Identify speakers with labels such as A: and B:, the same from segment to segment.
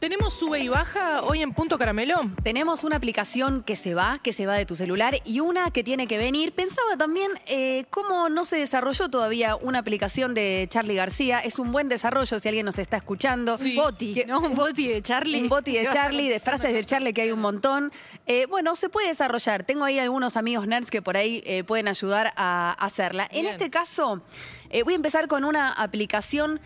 A: Tenemos sube y baja hoy en Punto Caramelón.
B: Tenemos una aplicación que se va, que se va de tu celular y una que tiene que venir. Pensaba también eh, cómo no se desarrolló todavía una aplicación de Charlie García. Es un buen desarrollo si alguien nos está escuchando.
C: Un boti,
B: Que-
C: ¿no? Un boti de Charlie.
B: Un boti de
C: Que va a ser
B: Charlie, de frases de Charlie que hay un montón. Eh, bueno, se puede desarrollar. Tengo ahí algunos amigos nerds que por ahí eh, pueden ayudar a hacerla. En
A: Bien.
B: este caso, eh, voy a empezar con una aplicación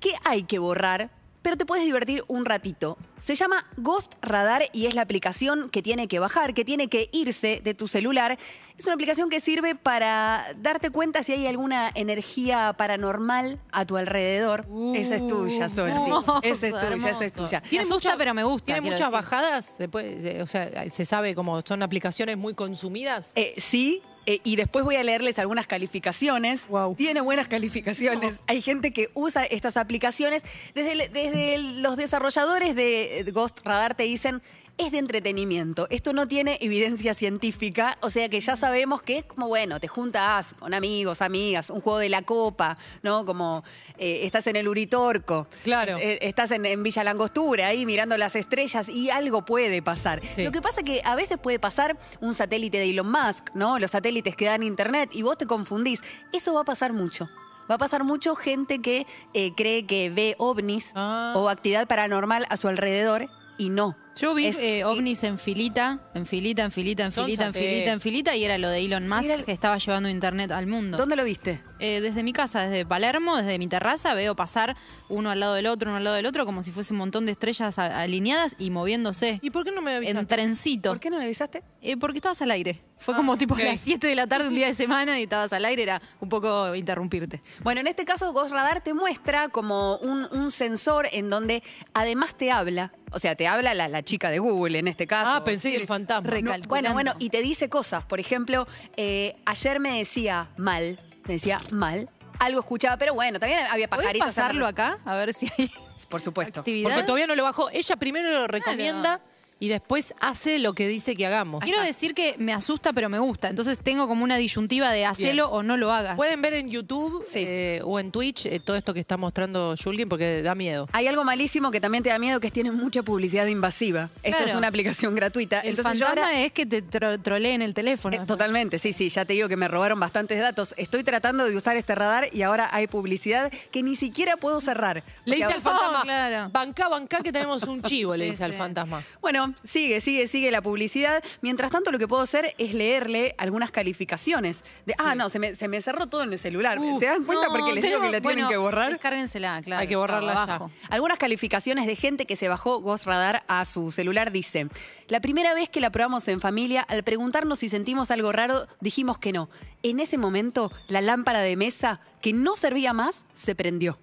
B: que hay que borrar, pero te puedes divertir un ratito. Se llama Ghost Radar y es la aplicación que tiene que bajar, que tiene que irse de tu celular. Es una aplicación que sirve para darte cuenta si hay alguna energía paranormal a tu alrededor.
C: Uh,
B: esa es tuya, Sol. sí.
C: hermoso,
B: esa es tuya, esa es
C: hermoso.
B: tuya.
C: Me asusta, pero me gusta,
A: Tiene
C: quiero
A: muchas
C: decir.
A: bajadas. se puede- eh, o sea, se sabe como son aplicaciones muy consumidas.
B: Eh, sí. eh, y después voy a leerles algunas calificaciones.
A: Guau.
B: Tiene buenas calificaciones. Hay gente que usa estas aplicaciones. Desde, el- desde el- los desarrolladores de eh, Ghost Radar te dicen, es de entretenimiento. Esto no tiene evidencia científica. O sea que ya sabemos que es como, bueno, te juntas con amigos, amigas, un juego de la copa, ¿no? Como eh, estás en el Uritorco.
A: Claro.
B: Eh, estás en, en Villa Langostura ahí mirando las estrellas y algo puede pasar.
A: Sí.
B: Lo que pasa que a veces puede pasar un satélite de Elon Musk, ¿no? Los satélites que dan internet y vos te confundís. Eso va a pasar mucho. Va a pasar mucho gente que eh, cree que ve ovnis
A: Ah.
B: o actividad paranormal a su alrededor y no.
C: Yo vi
B: Es-
C: eh, ovnis en filita, en filita, en filita, en
A: Son
C: filita, en
A: satélites.
C: filita, en filita, y era lo de Elon Musk
B: Mira el-
C: que estaba llevando internet al mundo.
B: ¿Dónde lo viste?
C: Eh, desde mi casa, desde Palermo, desde mi terraza, veo pasar uno al lado del otro, uno al lado del otro, como si fuese un montón de estrellas a- alineadas y moviéndose
A: ¿Y por qué no me avisaste?
C: en trencito.
B: ¿Por qué no lo avisaste?
C: Eh, porque estabas al aire. Fue como tipo
A: ok.
C: a las 7 de la tarde, un día de semana, y estabas al aire, era un poco interrumpirte.
B: Bueno, en este caso Ghost Radar te muestra como un, un sensor en donde además te habla. O sea, te habla la, la chica de Google en este caso.
A: Ah, pensé que el fantasma.
C: Re-
B: No,
C: Recalculando.
B: bueno, bueno, y te dice cosas. Por ejemplo, eh, ayer me decía mal, me decía mal. Algo escuchaba, pero bueno, también había
C: ¿Podés
B: pajaritos.
C: pasarlo acá? A ver si hay
B: Por supuesto.
C: actividad.
A: Porque todavía no lo bajó. Ella primero lo recomienda y después hace lo que dice que hagamos.
C: Quiero decir que me asusta, pero me gusta. Entonces tengo como una disyuntiva de hacelo
A: Bien.
C: o no lo hagas.
A: Pueden ver en YouTube
B: Sí.
A: eh, o en Twitch eh, todo esto que está mostrando Julien porque da
C: Ah,
A: miedo.
B: Hay algo malísimo que también te da miedo, que es tiene mucha publicidad invasiva. Esta
C: Claro.
B: es una aplicación gratuita.
C: el
B: Ah, Entonces yo
C: fantasma
B: ahora-
C: es que te tro- troleen el teléfono.
B: Eh, totalmente, sí, sí, ya te digo que me robaron bastantes datos. Estoy tratando de usar este radar y ahora hay publicidad que ni siquiera puedo cerrar.
A: Le
B: Porque
A: dice al
B: ahora-
A: fantasma,
C: claro.
A: bancá, bancá que tenemos un chivo, le
C: Sí,
A: dice al
C: sí.
A: fantasma.
B: Bueno, sigue, sigue, sigue la publicidad. Mientras tanto, lo que puedo hacer es leerle algunas calificaciones. De, ah, no, se me, se me cerró todo en el celular.
C: Uf,
B: ¿Se dan cuenta
C: Uh, no,
B: porque les digo que la
C: tenemos-
B: tienen
C: bueno,
B: que borrar?
C: Descárguensela, claro.
A: Hay que borrarla ya.
C: abajo.
B: Algunas calificaciones de gente que se bajó Ghost Radar a su celular dice, la primera vez que la probamos en familia, al preguntarnos si sentimos algo raro, dijimos que no. En ese momento, la lámpara de mesa, que no servía más, se prendió.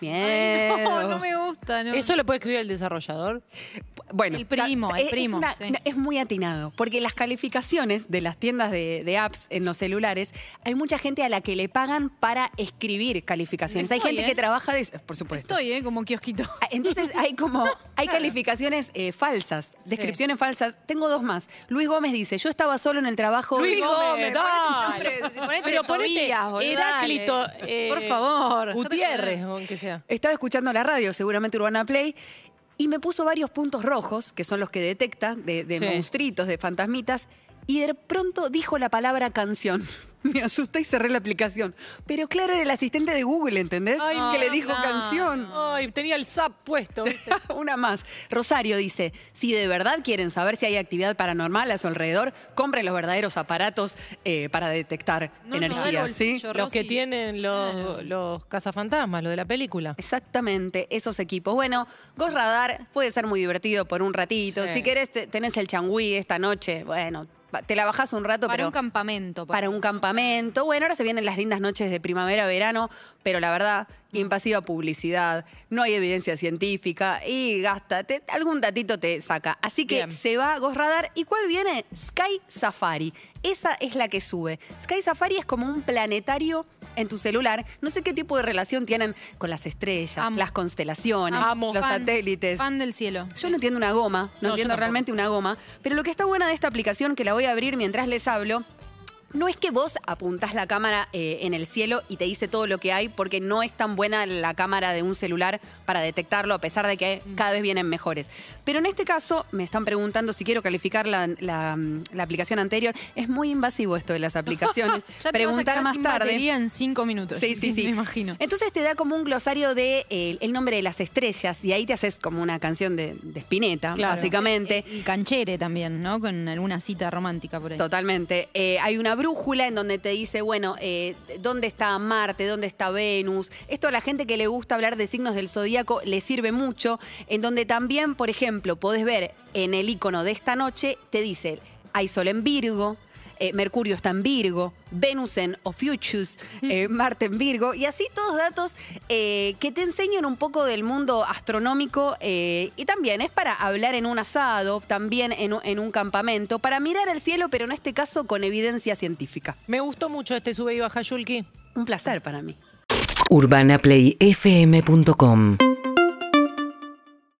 B: Miedo.
C: No, no me gusta, no.
A: Eso lo puede escribir el desarrollador.
B: Bueno,
C: El primo,
B: o sea,
C: el
B: es-
C: primo,
B: Es, una-
C: sí.
B: es muy atinado, porque las calificaciones de las tiendas de, de apps en los celulares, hay mucha gente a la que le pagan para escribir calificaciones. hay
C: Estoy,
B: gente
C: ¿eh?
B: que trabaja de... Por supuesto.
C: Estoy, ¿eh? Como kiosquito.
B: Ah, Entonces hay como, hay calificaciones eh, falsas, descripciones falsas. Tengo dos más. Luis Gómez dice, yo estaba solo en el trabajo... hoy".
A: dale.
C: ponete nombre, ponete
A: Pero ponete
C: Tobías, boludo,
A: Heráclito,
C: dale.
A: eh,
C: Por favor.
A: Gutiérrez, aunque sea.
B: Estaba escuchando la radio, seguramente Urbana Play, y me puso varios puntos rojos, que son los que detecta, de, de
A: Sí.
B: monstruitos, de fantasmitas, y de pronto dijo la palabra canción. Me asusté y cerré la aplicación. Pero claro, era el asistente de Google, ¿entendés?
A: Ay,
B: que le
A: no,
B: dijo
C: no.
B: canción.
A: Ay, tenía el zap puesto. ¿viste?
B: Una más. Rosario dice, si de verdad quieren saber si hay actividad paranormal a su alrededor, compren los verdaderos aparatos eh, para detectar
C: No, no,
B: energías.
C: del
B: ¿sí?
C: bolsillo.
A: los que
C: Rosy. Ah.
A: tienen los, los cazafantasmas, lo de la película.
B: Exactamente, esos equipos. Bueno, Ghost Radar puede ser muy divertido por un ratito.
A: Sí.
B: Si querés, te- tenés el changüí esta noche. Bueno, pa- te la bajás un rato,
C: Para
B: pero
C: un campamento.
B: para un campamento. Bueno, ahora se vienen las lindas noches de primavera, verano, pero la verdad, impasiva publicidad, no hay evidencia científica y gasta, te- algún datito te saca. Así que
A: Bien.
B: se va Ghost Radar. ¿Y cuál viene? Sky Safari. Esa es la que sube. Sky Safari es como un planetario en tu celular. No sé qué tipo de relación tienen con las estrellas,
C: Amo.
B: las constelaciones,
C: Amo,
B: los
C: fan-
B: satélites.
C: Fan del cielo.
B: Yo no entiendo una goma,
A: No,
B: no,
A: yo
B: entiendo
A: tampoco.
B: realmente una goma, pero lo que está buena de esta aplicación, que la voy a abrir mientras les hablo, No es que vos apuntás la cámara eh, en el cielo y te dice todo lo que hay, porque no es tan buena la cámara de un celular para detectarlo, a pesar de que
C: Mm.
B: cada vez vienen mejores. Pero en este caso, me están preguntando si quiero calificar la, la- la aplicación anterior. Es muy invasivo esto de las aplicaciones.
C: Ya te vas a
B: Preguntar
C: quedar
B: más
C: sin
B: tarde.
C: batería en cinco minutos.
B: Sí, sí, sí.
C: Me imagino.
B: Entonces te da como un glosario de eh, el nombre de las estrellas y ahí te haces como una canción de, de Spinetta,
C: Claro. eh,
B: básicamente.
C: Y canchere también, ¿no? Con alguna cita romántica por ahí.
B: Totalmente. Eh, hay una brújula en donde te dice, bueno, eh, ¿dónde está Marte? ¿Dónde está Venus? Esto a la gente que le gusta hablar de signos del zodíaco le sirve mucho. En donde también, por ejemplo, podés ver en el icono de esta noche, te dice, hay sol en Virgo. eh, Mercurio está en Virgo, Venus en Ophiuchus, eh, Marte en Virgo, y así todos datos eh, que te enseñan un poco del mundo astronómico eh, y también es para hablar en un asado, también en, un- en un campamento, para mirar al cielo, pero en este caso con evidencia científica.
A: Me gustó mucho este sube y baja Yulki.
B: Un placer para mí.
D: urbanaplayfm.com